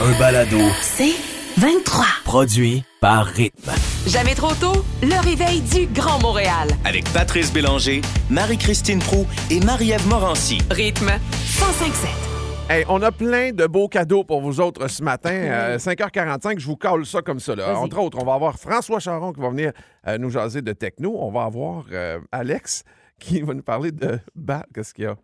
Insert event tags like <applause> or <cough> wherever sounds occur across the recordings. Un balado C'est 23. produit par Rythme. Jamais trop tôt, le réveil du Grand Montréal. Avec Patrice Bélanger, Marie-Christine Prou et Marie-Ève Morancy. Rythme 1057. Hey, on a plein de beaux cadeaux pour vous autres ce matin. Euh, 5h45, je vous colle ça comme ça. là. Entre autres, on va avoir François Charon qui va venir euh, nous jaser de techno. On va avoir euh, Alex qui va nous parler de... Bah, qu'est-ce qu'il y a?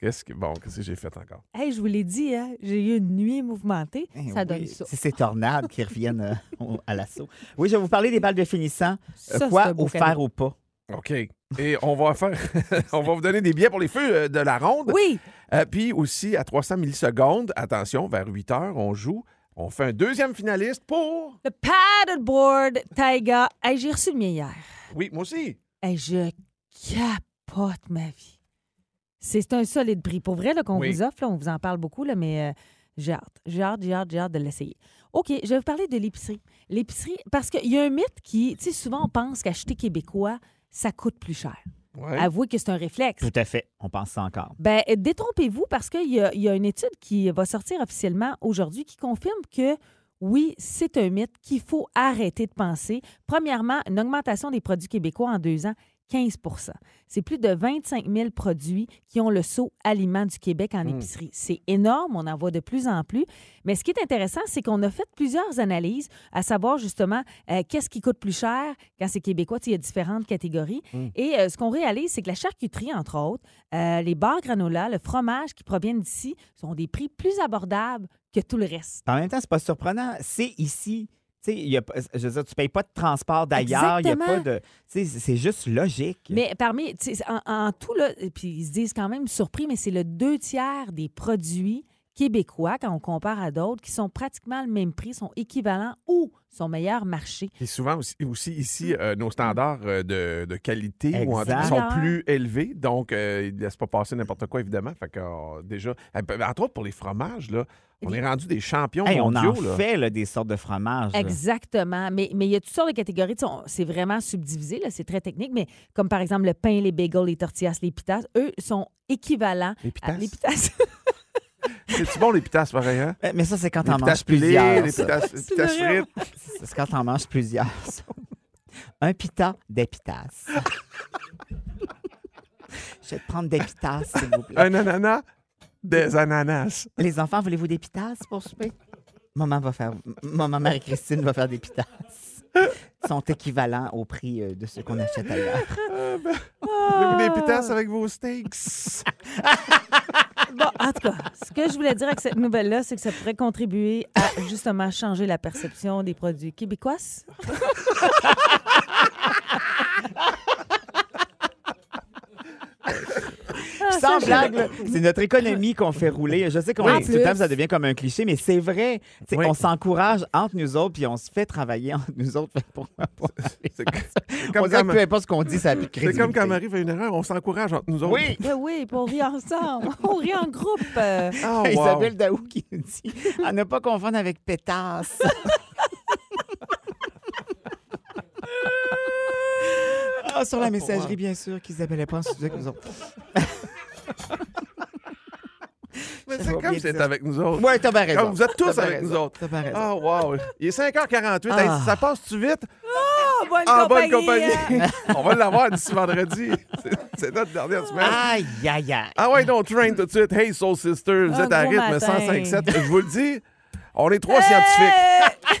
Qu'est-ce que... Bon, qu'est-ce que j'ai fait encore? Hey, je vous l'ai dit, hein, j'ai eu une nuit mouvementée. ça donne ça. Eh C'est ces tornades qui reviennent euh, au- à l'assaut. Oui, je vais vous parler des balles de finissant. Euh, Ça, c'est quoi un beau ou cadeau. faire ou pas? OK. Et on va faire... <laughs> on va vous donner des billets pour les feux euh, de la ronde. Oui, Euh, puis aussi, à 300 millisecondes, attention, vers 8 heures, on joue. On fait un deuxième finaliste pour... le paddleboard Taiga. Hey, j'ai reçu le mien hier. Oui, moi aussi. Hey, je capote ma vie. C'est un solide prix. Pour vrai, là, qu'on Oui. vous offre, là, on vous en parle beaucoup, là, mais euh, j'ai hâte. J'ai hâte, j'ai hâte, j'ai hâte de l'essayer. OK, je vais vous parler de l'épicerie. L'épicerie, parce qu'il y a un mythe qui, tu sais, souvent on pense qu'acheter québécois, ça coûte plus cher. Ouais. Avouez que c'est un réflexe. Tout à fait. On pense ça encore. Ben, détrompez-vous parce qu'il y, a- il y a une étude qui va sortir officiellement aujourd'hui qui confirme que oui, c'est un mythe qu'il faut arrêter de penser. Premièrement, une augmentation des produits québécois en deux ans, 15 C'est plus de 25 000 produits qui ont le sceau Aliments du Québec en épicerie. C'est énorme, on en voit de plus en plus. Mais ce qui est intéressant, c'est qu'on a fait plusieurs analyses, à savoir justement euh, qu'est-ce qui coûte plus cher quand c'est québécois. Tu sais, Il y a différentes catégories. Et euh, ce qu'on réalise, c'est que la charcuterie, entre autres, euh, les bars granola, le fromage qui proviennent d'ici sont des prix plus abordables que tout le reste. En même temps, c'est pas surprenant. C'est ici. Tu sais, il y a pas- je veux dire, tu payes pas de transport d'ailleurs. Il y a Exactement. pas de. tu sais, c'est juste logique. Mais parmi, tu sais, en, en tout, là, et puis ils se disent quand même surpris, mais c'est le deux tiers des produits québécois, quand on compare à d'autres, qui sont pratiquement le même prix, sont équivalents ou sont meilleurs marché. Et souvent aussi, aussi ici, euh, nos standards euh, de, de qualité ou en tout cas, Mm. Exact. sont plus élevés. Donc, euh, ils ne laissent pas passer n'importe quoi, évidemment. Fait que, euh, déjà, euh, ben, entre autres pour les fromages, là, on est rendu des champions Hey, on mondiaux. en là. fait là, des sortes de fromages. là. Exactement. Mais mais il y a toutes sortes de catégories. Tu sais, on- C'est vraiment subdivisé, là, c'est très technique, mais comme par exemple le pain, les bagels, les tortillas, les pitas, eux sont équivalents Les à pitas. les pitas. <laughs> C'est-tu bon, les pitas, pareil? Hein? Eh, Mais- Mais ça, c'est quand les on pitas mange pilées, plusieurs. les ça. pitas, les pitas vrai. frites. C'est quand on mange plusieurs. <laughs> ça. Un pita, des pitas. <laughs> je vais te prendre des pitas, s'il vous plaît. Un ananas, des ananas. Les enfants, voulez-vous des pitas pour souper? Maman va faire. M- Maman Marie-Christine va faire des pitas. Ils sont équivalents au prix euh, de ce qu'on achète ailleurs. Ah! Voulez-vous des pitas avec vos <laughs> steaks? Bon, en tout cas, ce que je voulais dire avec cette nouvelle-là, c'est que ça pourrait contribuer à justement changer la perception des produits québécois. Ah, ça, Sans je- blague, là, c'est notre économie qu'on fait rouler. Je sais qu'on Oui. dit tout le temps, ça devient comme un cliché, mais c'est vrai. T'sais, Oui. On s'encourage entre nous autres, puis on se fait travailler entre nous autres. <laughs> Fait que pourquoi pas? C'est c'est On comme, dirait quand, que peu importe ce qu'on dit, ça a plus de c'est comme crédibilité. quand Marie fait une erreur, on s'encourage entre nous autres. Oui! Ben oui, puis on rit ensemble. On rit en groupe. euh. Oh, wow. Isabelle Daou qui nous dit à ne pas confondre avec pétasse. <laughs> Ah, sur la messagerie, bien sûr, qu'Isabelle est pas en sujet que nous autres. Mais Ça c'est va comme bien si c'était dire. avec nous autres. Oui, t'as bien raison. Comme Ah, vous êtes tous T'as bien avec nous raison. autres. T'as bien raison. Oh, wow. Il est 5h48. Ah. Hey, ça passe-tu vite? Ah, bonne En compagnie. Euh, hein. bonne compagnie. <laughs> On va l'avoir d'ici vendredi. C'est- C'est notre dernière semaine. Aïe, aïe, aïe. Ah ouais, donc train tout de suite. Hey, Soul Sister, vous Un êtes à gros rythme matin. 105.7. Je vous le dis, on est trois scientifiques.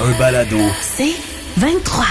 Un balado. C'est 23.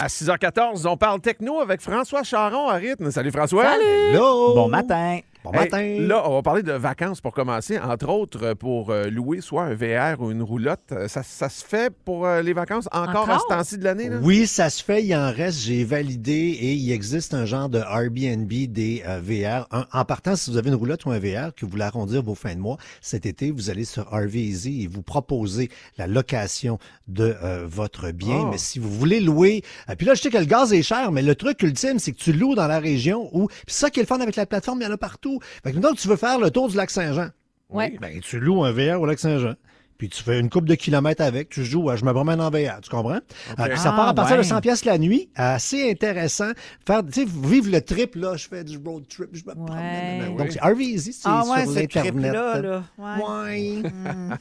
À 6h14, on parle techno avec François Charon à rythme. Salut François. Salut. Hello. Bon matin. Bon matin. Là, on va parler de vacances pour commencer, entre autres euh, pour euh, louer soit un VR ou une roulotte. Euh, Ça, ça se fait pour euh, les vacances encore, à Encore? ce temps-ci de l'année? là? Oui, ça se fait, il en reste, j'ai validé et il existe un genre de Airbnb des euh, VR. En, en partant, si vous avez une roulotte ou un VR que vous voulez arrondir vos fins de mois, cet été, vous allez sur RVZ et vous proposez la location de euh, votre bien. Ah. Oh. Mais si vous voulez louer, euh, puis là, je sais que le gaz est cher, mais le truc ultime, c'est que tu loues dans la région où, puis c'est ça qui est le fun avec la plateforme, il y en a partout. Fait que donc, tu veux faire le tour du lac Saint-Jean. Ouais. Ben, tu loues un VR au lac Saint-Jean. Puis tu fais une coupe de kilomètres avec, tu joues à Je me promène en VR, tu comprends? Ah, puis ça Ah, part à partir ouais. de 100 pièces la nuit, assez intéressant. Faire, tu sais, vivre le trip, là, je fais du road trip, je me promène. Ouais. Donc, c'est RVZ, c'est Ah ouais, sur ce l'Internet. trip-là, là. Ouais. Hmm.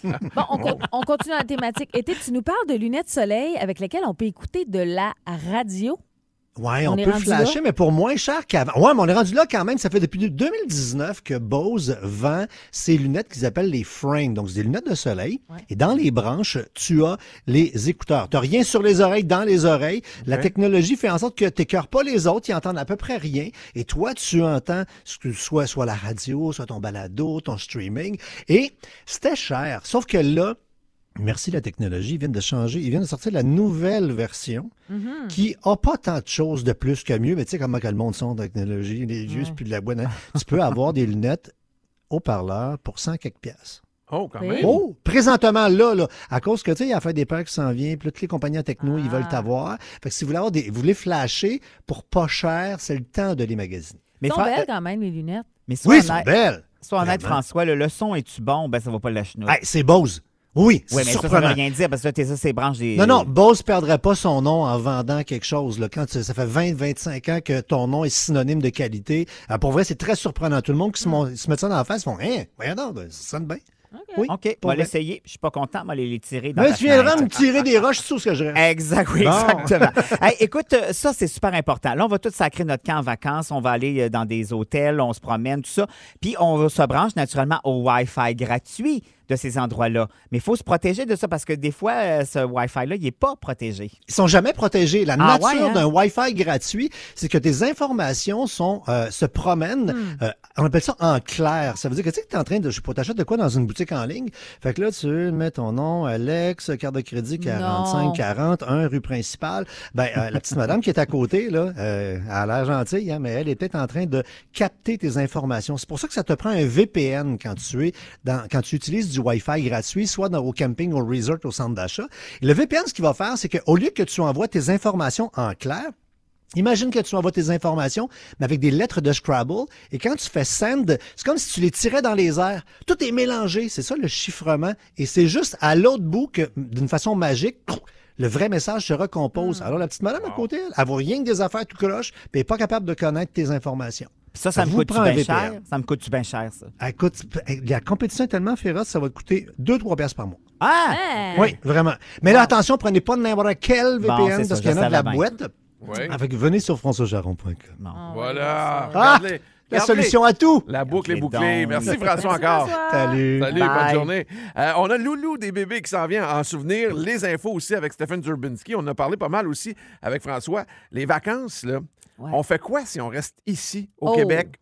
Ouais. Bon, on, con- on continue dans la thématique. Été, tu nous parles de lunettes soleil avec lesquelles on peut écouter de la radio. Ouais, On on, est peut rendu flasher, là? mais pour moins cher qu'avant. Ouais, mais on est rendu là quand même. Ça fait depuis 2019 que Bose vend ces lunettes qu'ils appellent les frames. Donc, c'est des lunettes de soleil. Ouais. Et dans les branches, tu as les écouteurs. Tu n'as rien sur les oreilles, dans les oreilles. La Ok. technologie fait en sorte que tu pas les autres. Ils entendent à peu près rien. Et toi, tu entends ce que- soit, soit la radio, soit ton balado, ton streaming. Et c'était cher. Sauf que là, Merci la technologie. Ils viennent de changer. Ils viennent de sortir la nouvelle version qui a pas tant de choses de plus que mieux. Mais tu sais comment que le monde sont de la technologie, les vieux, c'est plus de la boîte. hein. tu peux avoir des lunettes haut-parleurs pour 100 quelques piastres. Oh, quand Oui. Mmh. même. Oh, présentement là, là, à cause que tu sais, il y a la fête des pères qui s'en vient, puis là, toutes les compagnies en techno, ils Ah. veulent t'avoir. Fait que si vous voulez avoir des, vous voulez flasher pour pas cher, c'est le temps de les magasiner. Mais, Ils sont Fra- belles euh, quand même, les lunettes. mais sois Oui, ils sont honnête, belles. sois honnête, Vraiment. François, le, le son est-tu bon? Ben, ça va pas la chenoute. Hey, c'est Bose. Oui, Oui, c'est mais ça, ça veut surprenant. rien dire parce que là, t'es ça, c'est branche des. Non, non, Bose perdrait pas son nom en vendant quelque chose. Là. Quand tu- ça fait 20-25 ans que ton nom est synonyme de qualité, euh, pour vrai, c'est très surprenant. Tout le monde qui se, mon- se met ça dans la face, ils font Hein, voyons donc, ben, ça sonne bien. Oui, OK, on pour va vrai. l'essayer. Je suis pas content, mais les, les tirer dans Là, ta tu viendras fenêtre. me tirer des roches sur ce que je Eh. rêve. <laughs> Exact, oui, Bon. exactement. <laughs> Hey, écoute, euh, ça, c'est super important. Là, on va tout sacrer notre camp en vacances. On va aller euh, dans des hôtels, on se promène, tout ça. Puis, on se branche naturellement au Wi-Fi gratuit de ces endroits-là. Mais il faut se protéger de ça parce que des fois, euh, ce Wi-Fi-là, il n'est pas protégé. Ils sont jamais protégés. La Ah nature ouais, hein? d'un Wi-Fi gratuit, c'est que tes informations sont euh, se promènent. euh, on appelle ça en clair. Ça veut dire que tu sais, que t'es en train de, je sais pas, t'achètes de quoi dans une boutique en ligne. Fait que là, tu mets ton nom, Alex, carte de crédit 45 Non. 40, 1 rue principale. Ben euh, la petite madame qui est à côté là, euh, elle a l'air gentille, hein, mais elle est peut-être en train de capter tes informations. C'est pour ça que ça te prend un VPN quand tu es dans, quand tu utilises du Wi-Fi gratuit, soit dans, au camping, au resort, au centre d'achat. Et Le VPN, ce qu'il va faire, c'est qu'au lieu que tu envoies tes informations en clair, Imagine que tu envoies tes informations, mais avec des lettres de Scrabble, et quand tu fais send, c'est comme si tu les tirais dans les airs. Tout est mélangé, c'est ça le chiffrement, et c'est juste à l'autre bout que, d'une façon magique, le vrai message se Hmm. recompose. Alors la petite madame à côté, elle, elle voit rien que des affaires tout croche, puis elle est pas capable de connaître tes informations. Puis ça, ça, Ça me vous coûte prend un bien VPN. cher. Ça me coûte bien cher, ça. Écoute, la compétition est tellement féroce, ça va te coûter 2-3 piastres par mois. Ah! Hein? Oui, vraiment. Mais là, attention, prenez pas n'importe quel Bon, VPN c'est ça, parce qu'il y en je a de la savais bien. boîte. Oui. Ah, Avec, venez sur françoisjaron.com. Non. Voilà. Ah, Regardez. La Regardez. solution à tout. La boucle est Les bouclée. dons. Merci Merci, François encore. Salut. Salut, Bye. bonne journée. Euh, on a Loulou des bébés qui s'en vient en souvenir. Les infos aussi avec Stephen Durbinski. On en a parlé pas mal aussi avec François. Les vacances, là, Ouais. on fait quoi si on reste ici au Oh. Québec?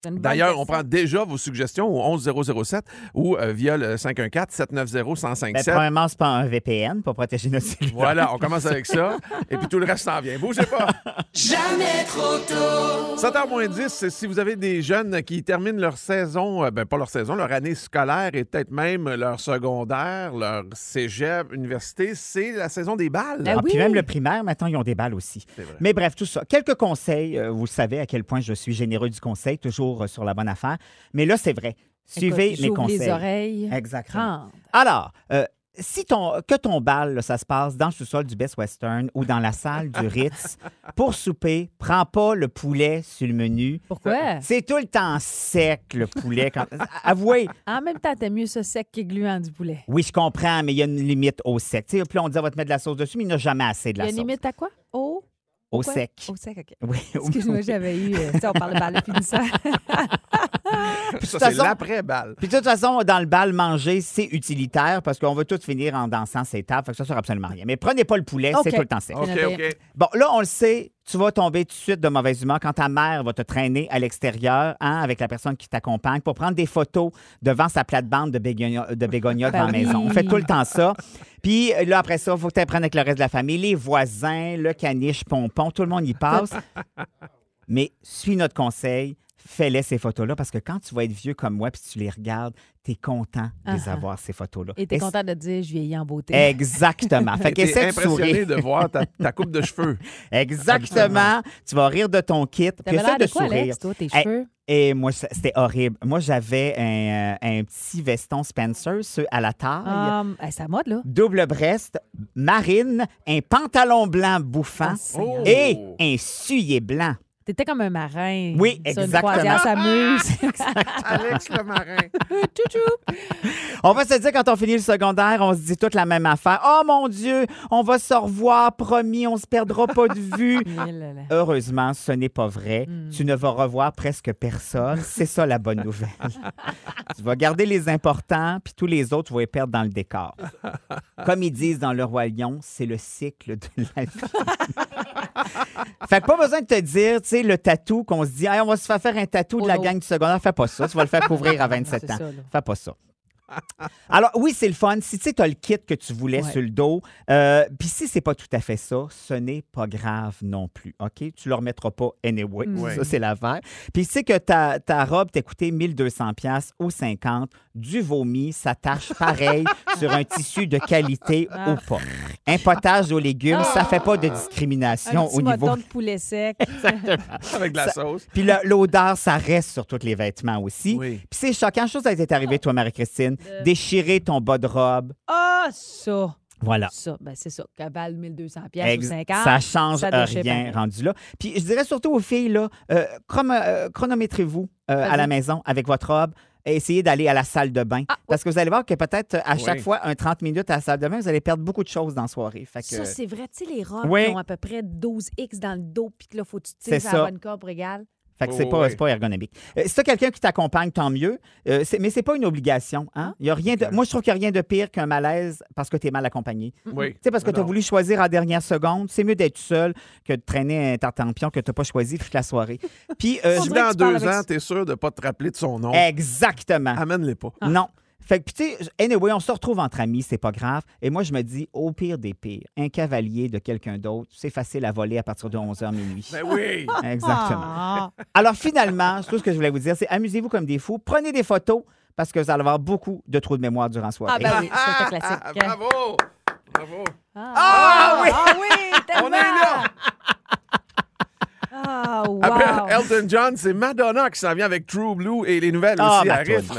C'est une bonne D'ailleurs, on question. prend déjà vos suggestions au 11007 ou euh, via le 514-790-1057. Ben, premièrement, c'est pas un VPN pour protéger notre cellulaire. Voilà, on commence avec ça. Et puis tout le reste s'en vient. Bougez pas. Jamais trop tôt. 7h moins 10, c'est si vous avez des jeunes qui terminent leur saison, euh, ben pas leur saison, leur année scolaire et peut-être même leur secondaire, leur cégep, université, c'est la saison des balles. Ben Ah, oui. Puis même le primaire, maintenant, ils ont des balles aussi. Mais bref, tout ça. Quelques conseils. euh, vous le savez à quel point je suis généreux du conseil, toujours euh, sur la bonne affaire. Mais là, c'est vrai. Suivez Écoute, mes j'ouvre conseils. Hein? les oreilles. Exactement. Alors, euh, si ton, que ton bal, là, ça se passe dans le sous-sol du Best Western ou dans la salle du Ritz, <laughs> pour souper, prends pas le poulet sur le menu. Pourquoi? C'est tout le temps sec, le poulet. <laughs> Quand- Avouez, En même temps, t'aimes mieux ce sec qu'égluant du poulet. oui, je comprends, mais il y a une limite au sec. Tu sais, puis on dit, on va te mettre de la sauce dessus, mais il n'y en a jamais assez de Il y la a une sauce. limite à quoi? Au, Au quoi? sec. Au sec, OK. Oui, au- <laughs> Excuse-moi, oui. j'avais eu. euh, tu sais, on parlait par le <laughs> finissant. Ça, toute c'est façon- l'après-balle. Puis de toute façon, dans le bal, manger, c'est utilitaire parce qu'on va tous finir en dansant ces tables. Fait que ça sert absolument à rien. Mais prenez pas le poulet, OK. c'est tout le temps sec. OK, OK. Bon, là, on le sait, tu vas tomber tout de suite de mauvaise humeur quand ta mère va te traîner à l'extérieur hein, avec la personne qui t'accompagne pour prendre des photos devant sa plate-bande de bégonia, de bégonia dans la Ben oui. maison. On fait tout le temps ça. Puis là, après ça, il faut que tu apprennes avec le reste de la famille, les voisins, le caniche, pompon, tout le monde y <laughs> passe. Mais suis notre conseil, fais-les ces photos-là parce que quand tu vas être vieux comme moi puis tu les regardes, tu es content de les Ah ah. avoir, ces photos-là. Et t'es Essa- content de dire, je vieillis en beauté. Exactement. Fait <laughs> T'es qu'essaie de impressionné sourire. de voir ta, ta coupe de cheveux. Exactement. tu vas rire de ton kit. Puis T'avais l'air essaie de de quoi, sourire. Alex, toi, tes Hey, cheveux? Et moi, ça- c'était horrible. Moi, j'avais un, euh, un petit veston Spencer, ceux à la taille. Ah, hey, c'est à mode, là. Double breast, marine, un pantalon blanc bouffant Ah, Seigneur. et un suier blanc. T'étais comme un marin. Oui, Sur une exactement. croisière s'amuse. <laughs> Alex le <laughs> marin. On va se dire, quand on finit le secondaire, on se dit toute la même affaire. Oh mon Dieu, on va se revoir, promis, on se perdra pas de vue. Heureusement, ce n'est pas vrai. Hmm. Tu ne vas revoir presque <laughs> personne. C'est ça la bonne nouvelle. tu vas garder les importants, puis tous les autres, tu vas les perdre dans le décor. Comme ils disent dans Le Roi Lion, c'est le cycle de la vie. <laughs> fait que pas besoin de te dire, tu sais, le tatou qu'on se dit, Hey, on va se faire faire un tatou de la Oh, no. gang du secondaire. Fais pas ça. Tu vas le <laughs> faire couvrir à 27 Ah, C'est ans. ça, là. Fais pas ça. Alors, oui, c'est le fun. Si tu sais, as le kit que tu voulais Ouais. sur le dos, euh, puis si c'est pas tout à fait ça, ce n'est pas grave non plus. OK? Tu le remettras pas anyway. Mm. Ça, c'est l'affaire. Puis tu sais que ta, ta robe t'a coûté 1200 pièces ou 50, du vomi, ça tâche <laughs> pareil sur un tissu de qualité Ah. ou pas. Un potage aux légumes, ça fait pas de Un discrimination petit au niveau... moton de poulet sec. Avec de la Ça- sauce. Puis la- l'odeur, ça reste sur tous les vêtements aussi. Oui. Puis c'est choquant. Chose ça t'est arrivée, toi, Marie-Christine. Déchirer ton bas de robe. Ah, ça! Voilà. Ça, ben c'est ça. Cabal, 1200 pièces ou Ex- 50. Ça change ça doit chez rien Paris. rendu là. Puis je dirais surtout aux filles, là, euh, chrono- euh, chronométrez-vous euh, à Vas-y. Ah, la maison avec votre robe. et Essayez d'aller à la salle de bain. Parce que vous allez voir que peut-être euh, à Oui. chaque fois, un 30 minutes à la salle de bain, vous allez perdre beaucoup de choses dans la soirée. Fait que, Ça, c'est vrai. Tu sais, les robes Oui. qui ont à peu près 12X dans le dos, puis que là, faut que tu C'est tires à ça. la bonne corde pour égal. fait que c'est Oh, pas, oui. c'est pas ergonomique. Euh, si t'as quelqu'un qui t'accompagne, tant mieux. Euh, c'est- mais c'est pas une obligation. Ah. Hein? Il y a rien de, moi, je trouve qu'il n'y a rien de pire qu'un malaise parce que tu es mal accompagné. Oui. Tu sais, parce que tu as voulu choisir en dernière seconde. C'est mieux d'être seul que de traîner un tartampion que tu n'as pas choisi toute <laughs> la soirée. Puis, euh, Si je- dans tu parles deux avec- ans, t'es sûr de pas te rappeler de son nom, exactement. amène-les pas. Ah. Non. Fait que, puis tu sais, anyway, on se retrouve entre amis, c'est pas grave. Et moi, je me dis, au pire des pires, un cavalier de quelqu'un d'autre, c'est facile à voler à partir de 11h minuit. Ben oui. <laughs> Exactement. Ah. Alors finalement, tout ce que je voulais vous dire, c'est amusez-vous comme des fous, prenez des photos parce que vous allez avoir beaucoup de trous de mémoire durant la soirée. Ah, ben oui, c'est un Ah, classique. bravo. Bravo. Ah, ah, oui! Ah oui, tellement! On est là. Ah, Après <laughs> wow! Elton John, c'est Madonna qui s'en vient avec True Blue et les nouvelles Ah, aussi ma à toune. rythme.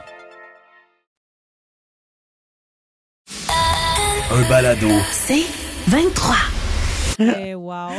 Un balado. C'est 23. Eh, wow!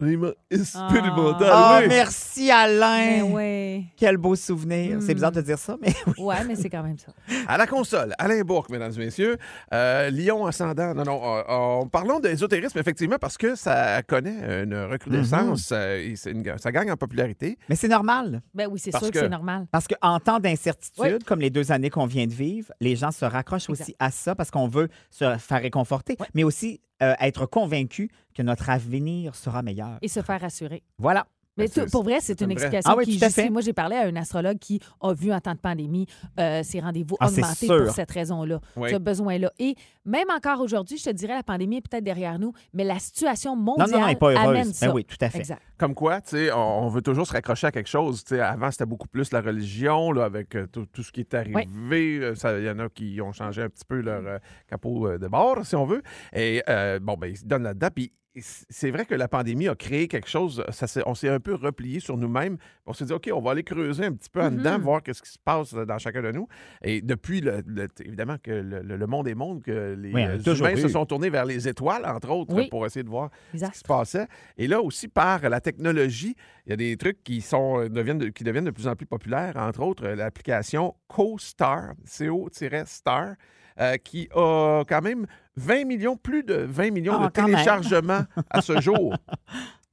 Les mains expérimentales, Ah, oui. merci Alain! Ben Hmm. oui. Quel beau souvenir. C'est bizarre de dire ça, mais <laughs> oui. Ouais, mais c'est quand même ça. À la console, Alain Bourque, mesdames et messieurs. Euh, Lion ascendant. Non, non, euh, euh, parlons d'ésotérisme, effectivement, parce que ça connaît une recrudescence. Mm-hmm. euh, et c'est une- ça gagne en popularité. Mais c'est normal. Ben oui, c'est Parce sûr que, que- c'est normal. Parce qu'en temps d'incertitude, Oui. comme les deux années qu'on vient de vivre, les gens se raccrochent Exact. aussi à ça parce qu'on veut se faire réconforter, mais aussi euh, être convaincu que notre avenir sera meilleur. Et se faire rassurer. Voilà. Mais tout- pour vrai, c'est une une vraie- explication Ah oui, qui tout à justifie. fait. Moi, j'ai parlé à un astrologue qui a vu en temps de pandémie euh, ses rendez-vous Ah, c'est augmenter sûr. pour cette raison-là, Oui. ce besoin-là. Et même encore aujourd'hui, je te dirais, la pandémie est peut-être derrière nous, mais la situation mondiale non, elle est pas heureuse. amène ça. Ben oui, tout à fait. Exact. Comme quoi, tu sais, on, on veut toujours se raccrocher à quelque chose. Tu sais, avant, c'était beaucoup plus la religion, là, avec euh, tout, tout ce qui est arrivé. Euh, ça- Il y en a qui ont changé un petit peu Mm. leur euh, capot euh, de bord, si on veut. Et euh, bon, ben, ils se donnent là-dedans. Puis c- c'est vrai que la pandémie a créé quelque chose. Ça, s'est- on s'est un peu replié sur nous-mêmes. On s'est dit, OK, on va aller creuser un petit peu en Mhm. dedans, voir qu'est-ce qui se passe euh, dans chacun de nous. Et depuis, le- le- évidemment, que le, le- le monde est monde, que les Oui, on a euh, toujours humains se eu. sont tournés vers les étoiles, entre autres, Oui. pour essayer de voir ce qui se passait. Et là aussi, par la technologie, il y a des trucs qui, sont, euh, deviennent, de- qui deviennent de plus en plus populaires, entre autres euh, l'application CoStar, CO-Star, euh, qui a quand même 20 millions, plus de 20 millions Ah, de quand même. téléchargements <laughs> à ce jour.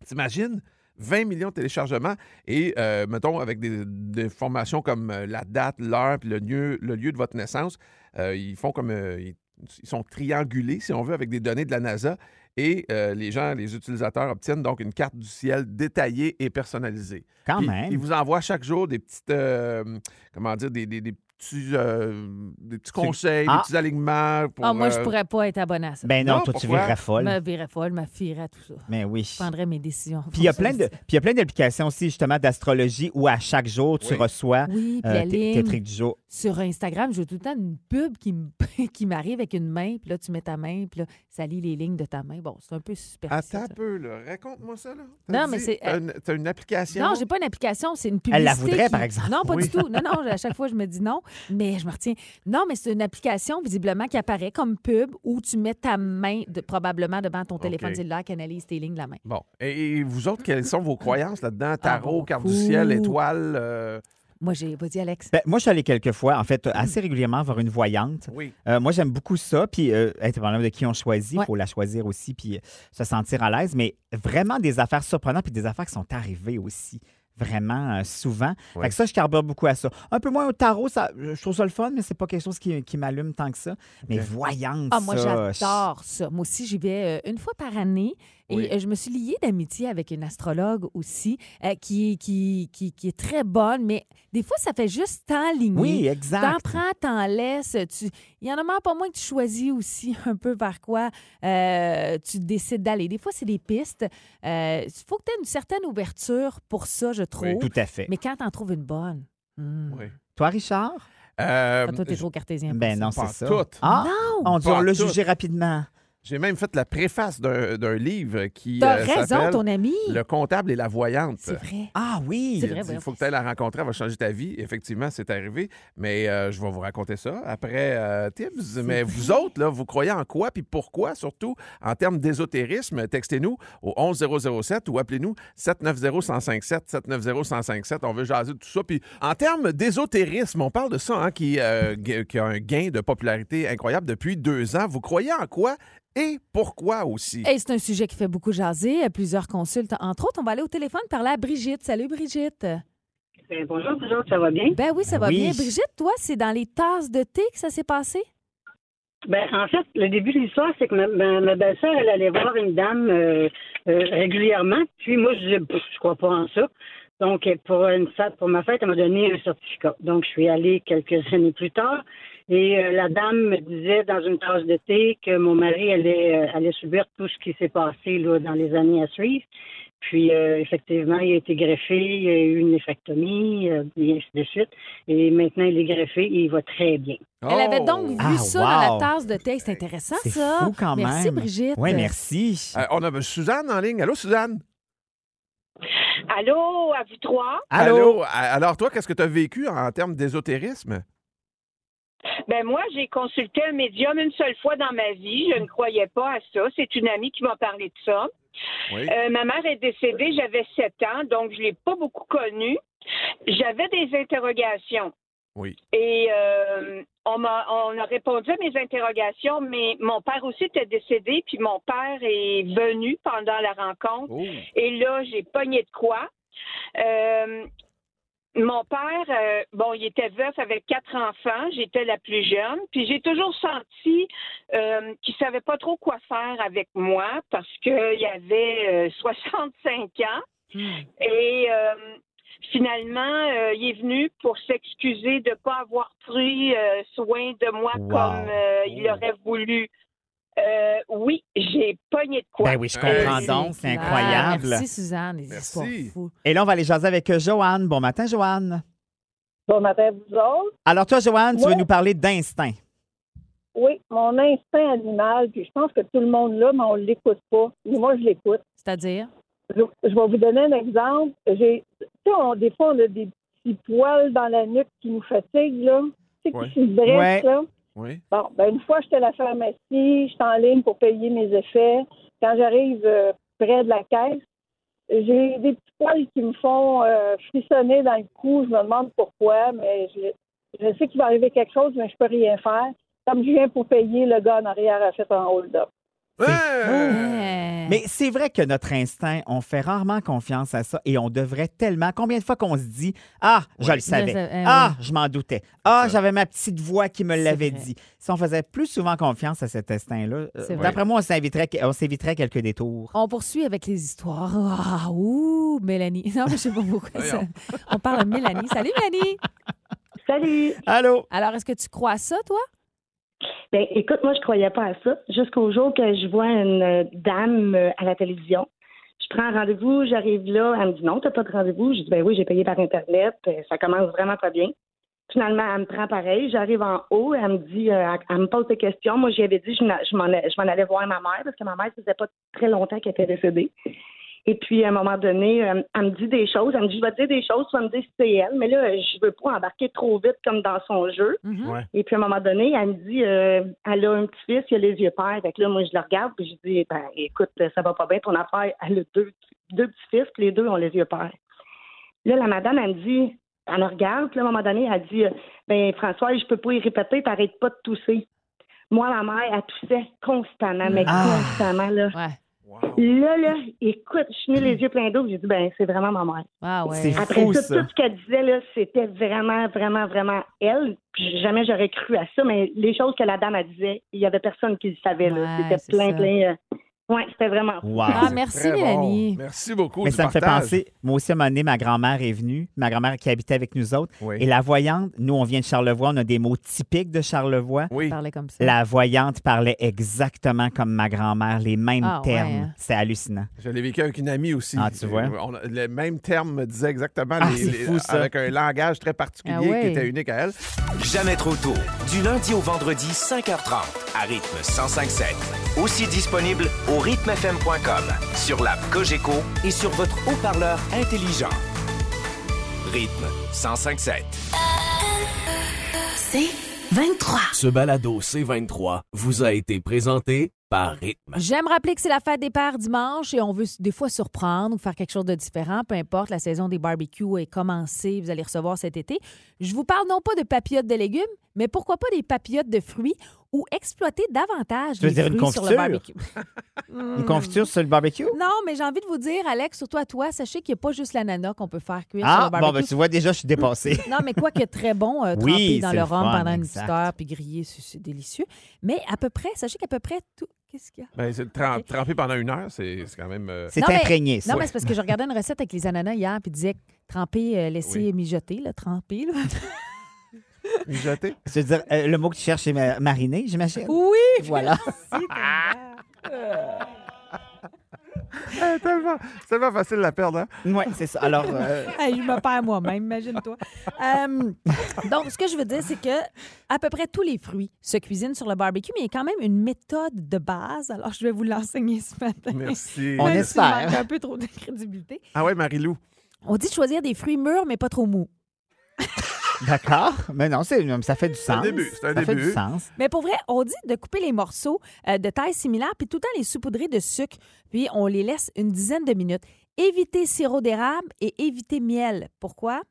T'imagines? 20 millions de téléchargements et, euh, mettons, avec des, des formations comme euh, la date, l'heure, puis le lieu, le lieu de votre naissance, euh, ils font comme... euh, ils, ils sont triangulés, si on veut, avec des données de la NASA et euh, les gens, les utilisateurs obtiennent donc une carte du ciel détaillée et personnalisée. Quand Puis, même. Ils vous envoient chaque jour des petites... euh, comment dire? Des, des- des petits, euh, des petits conseils, Ah. des petits alignements pour... Ah, moi, je euh, pourrais pas être abonnée à ça. Ben non, Non, toi, tu pourquoi? virerais folle. Je me virerais folle, je me fierais à tout ça. Mais oui. Je prendrais mes décisions. Puis il y a plein de, puis il y a plein d'applications aussi justement d'astrologie où à chaque jour tu reçois Oui, puis la euh, tes, tes ligne. trucs du jour. Sur Instagram, j'ai tout le temps une pub qui me- <laughs> qui m'arrive avec une main, puis là, tu mets ta main, puis là, ça lit les lignes de ta main. Bon, c'est un peu superficiel. Attends un peu, là. Raconte-moi ça, là. Non, mais c'est- euh, T'as une, t'as une application? Non, j'ai pas une application, c'est une publicité. Elle la voudrait, qui- par exemple. Non, pas Oui. du tout. Non, non, à chaque fois, je me dis non, mais je me retiens. Non, mais c'est une application, visiblement, qui apparaît comme pub où tu mets ta main, de- probablement, devant ton téléphone cellulaire qui analyse tes lignes de la main. Bon. Et, et vous autres, quelles sont vos Ah. croyances là-dedans? Tarot, carte du ciel, étoile? euh, Moi, j'ai pas dit Alex. Ben, moi, je suis allée quelques fois, en fait, assez régulièrement voir une voyante. Oui. Euh, moi, j'aime beaucoup ça. Puis, euh, indépendamment de qui on choisit, il faut la choisir aussi, puis euh, se sentir à l'aise. Mais vraiment des affaires surprenantes, puis des affaires qui sont arrivées aussi. Vraiment euh, souvent. Oui. Fait que ça, je carbure beaucoup à ça. Un peu moins au tarot, ça, je trouve ça le fun, mais c'est pas quelque chose qui, qui m'allume tant que ça. Mais voyante, Ah, moi, ça, j'adore ça. Moi aussi, j'y vais euh, une fois par année. Et Oui. euh, je me suis liée d'amitié avec une astrologue aussi, euh, qui, qui, qui, qui est très bonne, mais des fois, ça fait juste t'enligner. Oui, exact. T'en prends, t'en laisses. Tu... Il y en a même pas moins que tu choisis aussi <laughs> un peu par quoi euh, tu décides d'aller. Des fois, c'est des pistes. Il faut que tu aies une certaine ouverture pour ça, je trouve. tout à fait. Mais quand t'en trouves une bonne, Hmm. Toi, Richard? Euh, Ah, toi, t'es trop cartésien. pour Ben ça. non, c'est ça. Pantoute. Ah, Non! on dit, on l'a Pantoute. jugé rapidement. J'ai même fait la préface d'un d'un livre qui. T'as euh, raison, s'appelle ton ami. Le comptable et la voyante. C'est vrai. Ah oui. C'est vrai, Il voyons. faut que tu ailles la rencontrer, elle va changer ta vie. Effectivement, c'est arrivé. Mais euh, je vais vous raconter ça après euh, Tibbs. Mais vous autres, là, vous croyez en quoi puis pourquoi, surtout en termes d'ésotérisme? Textez-nous au 11007 ou appelez-nous 790-1057, 790-1057. On veut jaser de tout ça. Puis en termes d'ésotérisme, on parle de ça, hein, qui, euh, gu- qui a un gain de popularité incroyable depuis deux ans. Vous croyez en quoi et pourquoi aussi? Et c'est un sujet qui fait beaucoup jaser, euh, plusieurs consultes. Entre autres, on va aller au téléphone parler à Brigitte. Salut Brigitte. Ben, bonjour, bonjour, ça va bien? Ben oui, ça Ben va oui. bien. Brigitte, toi, c'est dans les tasses de thé que ça s'est passé? Ben, en fait, le début de l'histoire, c'est que ma, ma, ma belle-sœur, elle allait voir une dame euh, euh, régulièrement. Puis moi, je disais, Pff, je crois pas en ça. Donc, euh, pour, une, fête- pour ma fête, elle m'a donné un certificat. Donc, je suis allée quelques années plus tard. Et euh, la dame me disait dans une tasse de thé que mon mari allait, euh, allait subir tout ce qui s'est passé là, dans les années à suivre. Puis, euh, effectivement, il a été greffé, il a eu une néphrectomie, euh, et ainsi de suite. Et maintenant, il est greffé et il va très bien. Elle avait Oh! donc vu Ah, ça wow. dans la tasse de thé. C'est intéressant, C'est ça. fou quand Merci, même. Brigitte. Oui, merci. Ah. Euh, on a Suzanne en ligne. Allô, Suzanne? Allô, à vous trois? Allô? A- Alors, toi, qu'est-ce que tu as vécu en termes d'ésotérisme? Ben moi, j'ai consulté un médium une seule fois dans ma vie. Je ne croyais pas à ça. C'est une amie qui m'a parlé de ça. Oui. Euh, ma mère est décédée, j'avais 7 ans, donc je l'ai pas beaucoup connue. J'avais des interrogations. Oui. Et euh, on, m'a, on a répondu à mes interrogations, mais mon père aussi était décédé, puis mon père est venu pendant la rencontre. Oh, Et là, j'ai pogné de quoi. Euh, mon père, euh, bon, il était veuf avec quatre enfants. J'étais la plus jeune. Puis j'ai toujours senti euh, qu'il savait pas trop quoi faire avec moi parce qu'il y avait euh, 65 ans. Et euh, finalement, euh, il est venu pour s'excuser de ne pas avoir pris euh, soin de moi Wow. comme euh, il aurait voulu. Euh, oui, j'ai pogné de quoi. Euh, Ben oui, je comprends donc, c'est incroyable. Ah, Merci, Suzanne. Les histoires fous. Et là, on va aller jaser avec euh, Joanne. Bon matin, Joanne. Bon matin, vous autres. Alors, toi, Joanne, tu Ouais. veux nous parler d'instinct. Oui, mon instinct animal, puis je pense que tout le monde l'a, mais on ne l'écoute pas. Mais moi, je l'écoute. C'est-à-dire? Je, je vais vous donner un exemple. J'ai, tu sais, on- des fois, on a des petits poils dans la nuque qui nous fatiguent, là. Tu sais, Ouais. qui se dressent, Ouais. là. Oui. Bon, ben une fois, j'étais à la pharmacie, j'étais en ligne pour payer mes effets. Quand j'arrive euh, près de la caisse, j'ai des petits poils qui me font euh, frissonner dans le cou. Je me demande pourquoi, mais je, je sais qu'il va arriver quelque chose, mais je peux rien faire. Comme je viens pour payer, le gars en arrière a fait un hold-up. Ah. Euh, Mais c'est vrai que notre instinct, on fait rarement confiance à ça et on devrait tellement. Combien de fois qu'on se dit Ah, Ouais. je le Je le savais, savais. eh Ah, oui. je m'en doutais. Ah, j'avais ma petite voix qui me l'avait vrai. dit. Si on faisait plus souvent confiance à cet instinct-là, euh, C'est vrai. d'après moi, on s'inviterait- on s'éviterait quelques détours. On poursuit avec les histoires. Ah, ouh, Mélanie. Non, mais je sais pas pourquoi. ça- <laughs> On parle de Mélanie. Salut, Mélanie. Salut. Allô. Alors, est-ce que tu crois à ça, toi? Ben, écoute, moi, je croyais pas à ça jusqu'au jour que je vois une euh, dame euh, à la télévision. Je prends un rendez-vous, j'arrive là, elle me dit non, t'as pas de rendez-vous. Je dis ben oui, j'ai payé par Internet, Euh, ça commence vraiment pas bien. Finalement, elle me prend pareil, j'arrive en haut, elle me dit, euh, elle- elle me pose des questions. Moi, j'y avais dit, je m'en- je m'en allais- je m'en allais voir ma mère parce que ma mère, ça faisait pas très longtemps qu'elle était décédée. Et puis, à un moment donné, euh, elle me dit des choses. Elle me dit, je vais te dire des choses, tu vas me dire si c'est elle. Mais là, je veux pas embarquer trop vite comme dans son jeu. Mhm. Ouais. Et puis, à un moment donné, elle me dit, euh, elle a un petit-fils, il a les yeux pères. Fait que là, moi, je le regarde, puis je dis, ben, écoute, ça va pas bien ton affaire. Elle a deux, deux petits-fils, puis les deux ont les yeux pères. Là, la madame, elle me dit, elle me regarde, puis là, à un moment donné, elle dit, euh, ben, François, je peux pas y répéter, t'arrêtes pas de tousser. Moi, ma mère, elle toussait constamment, mais Ah. constamment, là. Là, là, écoute, je suis mis les yeux pleins d'eau, puis j'ai dit, ben, c'est vraiment ma mère. Ah, Ah ouais. C'est Après fou, tout, ça. tout ce qu'elle disait, là, c'était vraiment, vraiment, vraiment elle. Puis jamais j'aurais cru à ça, mais les choses que la dame, elle disait, il y avait personne qui le Ah, ben savait, là. Ouais, C'était c'est plein, ça. plein. euh, Ouais, c'était vraiment. fou. Wow. Ah, merci, Très bon. Mélanie. Merci beaucoup. Mais du ça me fait partage. penser, moi aussi, à un moment donné, ma grand-mère est venue, ma grand-mère qui habitait avec nous autres. Oui. Et la voyante, nous, on vient de Charlevoix, on a des mots typiques de Charlevoix. Oui. parlait comme ça. La voyante parlait exactement comme ma grand-mère, les mêmes Ah, ouais, termes. hein. C'est hallucinant. Je l'ai vécu avec une amie aussi. Euh, Ah, tu vois. On a- le même terme me disait exactement, Ah, les- c'est les- fou, ça. avec un langage très particulier Ah ouais. qui était unique à elle. Jamais trop tôt. Du lundi au vendredi, 5h30, à rythme 1057. Aussi disponible au rythmefm.com, sur l'app Cogeco et sur votre haut-parleur intelligent. Rythme 1057. C'est 23. Ce balado C23 vous a été présenté par Rythme. J'aime rappeler que c'est la fête des pères dimanche et on veut des fois surprendre ou faire quelque chose de différent, peu importe, la saison des barbecues est commencée, vous allez recevoir cet été. Je vous parle non pas de papillotes de légumes, mais pourquoi pas des papillotes de fruits ou exploiter davantage Tu veux les dire fruits une sur le confiture? barbecue. <laughs> Mm. Une confiture sur le barbecue? Non, mais j'ai envie de vous dire, Alex, surtout à toi, sachez qu'il n'y a pas juste l'ananas qu'on peut faire cuire sur Ah, le barbecue. bon, ben tu vois, déjà, je suis <laughs> dépassé. Non, mais quoi que très bon, euh, trempé <laughs> Oui, dans c'est le le rhum fun, pendant une exact. petite heure, puis grillé, c'est c'est délicieux. Mais à peu près, sachez qu'à peu près tout... Qu'est-ce qu'il y a? Ben, c'est le trem- tremper pendant une heure, c'est c'est quand même. <laughs> euh, Non, mais- Non, mais c'est parce que je regardais une recette avec les ananas hier, puis disait tremper, euh, laisser mijoter, là, tremper. <laughs> là. Mijoter? Tu veux dire, euh, le mot que tu cherches, c'est ma- mariner, j'imagine? <laughs> Oui! Voilà. <laughs> Eh, tellement, c'est tellement facile de la perdre. Hein? <laughs> Oui, c'est ça. Alors. euh, Hey, Ah, je me perds moi-même, imagine-toi. Euh, donc, ce que je veux dire, c'est que à peu près tous les fruits se cuisinent sur le barbecue, mais il y a quand même une méthode de base. Alors, je vais vous l'enseigner ce matin. Merci. <laughs> Même On s'il espère. manque un peu trop de crédibilité. Ah ouais, Marie-Lou. On dit de choisir des fruits mûrs, mais pas trop mous. D'accord. Mais non, c'est- ça fait du sens. C'est un début, c'est un ça fait début. du sens. Mais pour vrai, on dit de couper les morceaux euh, de taille similaire, puis tout le temps les saupoudrer de sucre, puis on les laisse une dizaine de minutes. Évitez sirop d'érable et évitez miel. Pourquoi?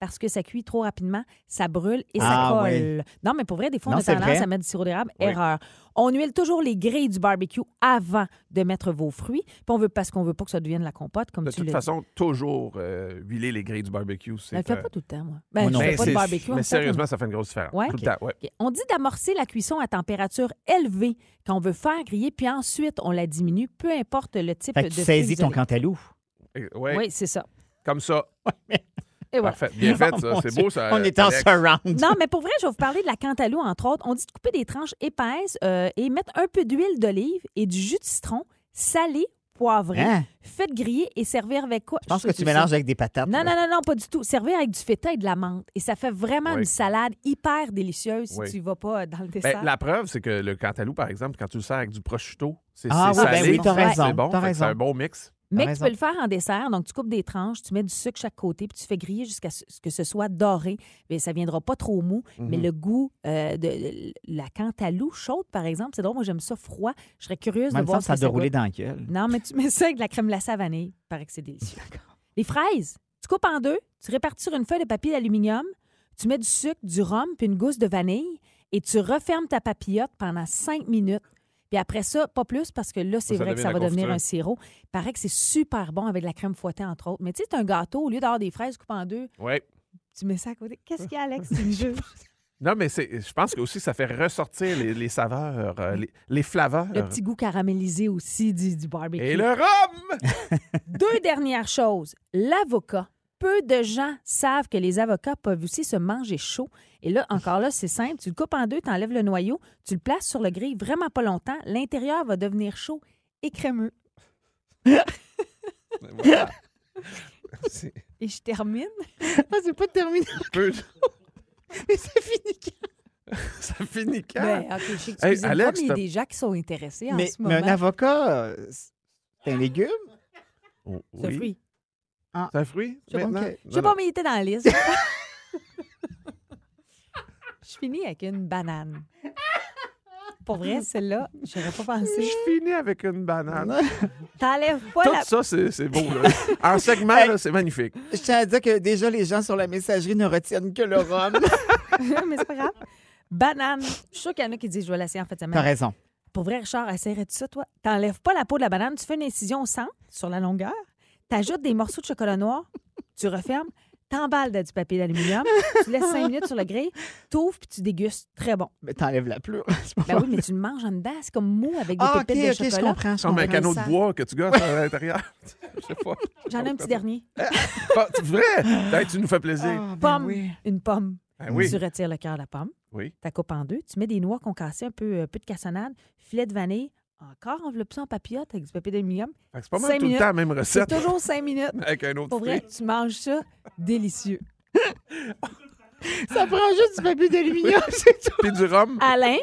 Parce que ça cuit trop rapidement, ça brûle et ça Ah, colle. oui. Non, mais pour vrai, des fois, Non, on a c'est tendance vrai. à mettre du sirop d'érable. Oui. Erreur. On huile toujours les grilles du barbecue avant de mettre vos fruits, puis on veut, parce qu'on veut pas que ça devienne la compote, comme De tu toute le façon, toujours euh, huiler les grilles du barbecue. dis. c'est, Elle le fait euh, pas tout le temps, moi. Ben, moi je non fais plus. pas de barbecue. en Mais fait, sérieusement, ça fait une grosse différence. Ouais? Tout le temps, ouais. OK. On dit d'amorcer la cuisson à température élevée quand on veut faire griller, puis ensuite on la diminue, peu importe le type Fait que de tu fruit saisis isolé. ton cantalou. Oui. Oui, <laughs> c'est ça. Comme ça. <laughs> Et voilà. Parfait. Bien fait, ça. mon C'est Dieu. beau, ça. On est en Alex. surround. Non, mais pour vrai, je vais vous parler de la cantaloupe, entre autres. On dit de couper des tranches épaisses euh, et mettre un peu d'huile d'olive et du jus de citron, salé, poivré. Hein? Faites griller et servir avec quoi? Je pense que tu mélanges avec des patates. Non, là. non, non, non, pas du tout. Servir avec du feta et de la menthe. Et ça fait vraiment Oui. une salade hyper délicieuse si Oui. tu y vas pas euh, dans le dessert. Ben, la preuve, c'est que le cantalou, par exemple, quand tu le sers avec du prosciutto, c'est Ah c'est oui, salé, ben oui, t'as c'est raison, bon, t'as fait que c'est raison. un bon mix. Mais tu peux le faire en dessert. Donc, tu coupes des tranches, tu mets du sucre chaque côté, puis tu fais griller jusqu'à ce que ce soit doré. Mais ça viendra pas trop mou. Mais Mm-hmm. Mhm. le goût euh, de, de la cantaloupe chaude, par exemple, c'est drôle. Moi, j'aime ça froid. Je serais curieuse En de même voir temps, ce ça que doit rouler goûte. dans la gueule. Non, mais tu mets ça avec de la crème glacée à vanille. Il paraît que c'est délicieux. Les fraises, tu coupes en deux, tu répartis sur une feuille de papier d'aluminium, tu mets du sucre, du rhum, puis une gousse de vanille, et tu refermes ta papillote pendant cinq minutes. Puis après ça, pas plus, parce que là, c'est Ça vrai que devient ça la va devenir confiture. un sirop. Il paraît que c'est super bon avec de la crème fouettée, entre autres. Mais tu sais, c'est un gâteau, au lieu d'avoir des fraises coupées en deux, Oui. tu mets ça à côté. Qu'est-ce qu'il y <laughs> a, Alex? Tu me juges? Non, mais c'est- je pense que aussi ça fait ressortir les, les saveurs, euh, les, les flaveurs. Le petit goût caramélisé aussi du, du barbecue. Et le rhum! Deux dernières choses. L'avocat. Peu de gens savent que les avocats peuvent aussi se manger chaud. Et là, encore là, c'est simple. Tu le coupes en deux, tu enlèves le noyau, tu le places sur le grill vraiment pas longtemps. L'intérieur va devenir chaud et crémeux. Voilà. C'est- Et je termine. <laughs> Ah, c'est pas terminé. Peu- Mais ça finit ça finit quand? Ben, OK, je sais que tu Hey, cuisines pas, Alex, mais il y t'as- a des gens qui sont intéressés en Mais, ce mais moment. un avocat, euh, c'est un légume? Oh, C'est un oui. fruit. C'est un fruit? Je sais pas, maintenant? ok. Je Non, sais pas, non. mais il était dans <laughs> la liste. je finis avec une banane. Pour vrai, celle-là, j'aurais pas pensé. Je finis avec une banane. T'enlèves pas Tout la... ça, c'est c'est beau. là. en segment, là, c'est magnifique. <laughs> Je tiens à dire que déjà, les gens sur la messagerie ne retiennent que le rhum. <laughs> mais c'est pas grave. Banane. Je suis sûre qu'il y en a qui disent je vais l'essayer en <laughs> fait. T'as raison. Pour vrai, Richard, essaierais-tu ça, toi? T'enlèves pas la peau de la banane, tu fais une incision au centre, sur la longueur, t'ajoutes des morceaux de chocolat noir, tu refermes, t'emballes dans du papier d'aluminium, tu laisses cinq minutes sur le grill, t'ouvres puis tu dégustes. Très bon. Mais t'enlèves la pleure. Ben oui, mais tu le manges en dedans, c'est comme mou avec des Ah, pépites ok, de ok, je chocolat. comprends, je Comme un comprends. canot Ça- de bois que tu gosses à l'intérieur. <laughs> Je sais pas. J'en ai un petit dernier. Pas- C'est vrai? Hey, tu nous fais plaisir. pomme, une pomme. Ah oui. Tu retires le cœur de la pomme. Oui. Tu la coupes en deux. Tu mets des noix concassées, un peu, un peu de cassonade, filet de vanille. Encore enveloppe ça en papillote avec du papier d'aluminium. Fait que c'est pas mal Cinq tout le minutes. temps la même C'est recette. toujours cinq minutes. Avec un autre Pour vrai, <laughs> fruit. tu manges ça délicieux. Ça prend juste du papier d'aluminium, c'est tout. Puis du rhum. Alain,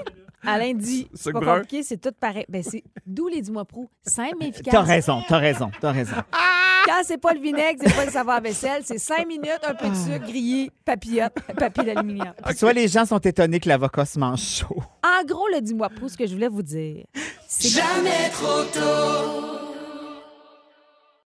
Alain dit, c'est Sucre pas brun. compliqué, c'est tout pareil. Ben, c'est d'où les dis-moi pro, simple mais efficace. T'as raison, t'as raison, t'as raison. Quand c'est pas le vinaigre, c'est pas le savoir vaisselle, c'est cinq minutes, un peu de sucre grillé, papillote, papier d'aluminium. Puis Soit les gens sont étonnés que l'avocat se mange chaud. En gros, le dis-moi pour ce que je voulais vous dire. c'est que- Jamais trop tôt.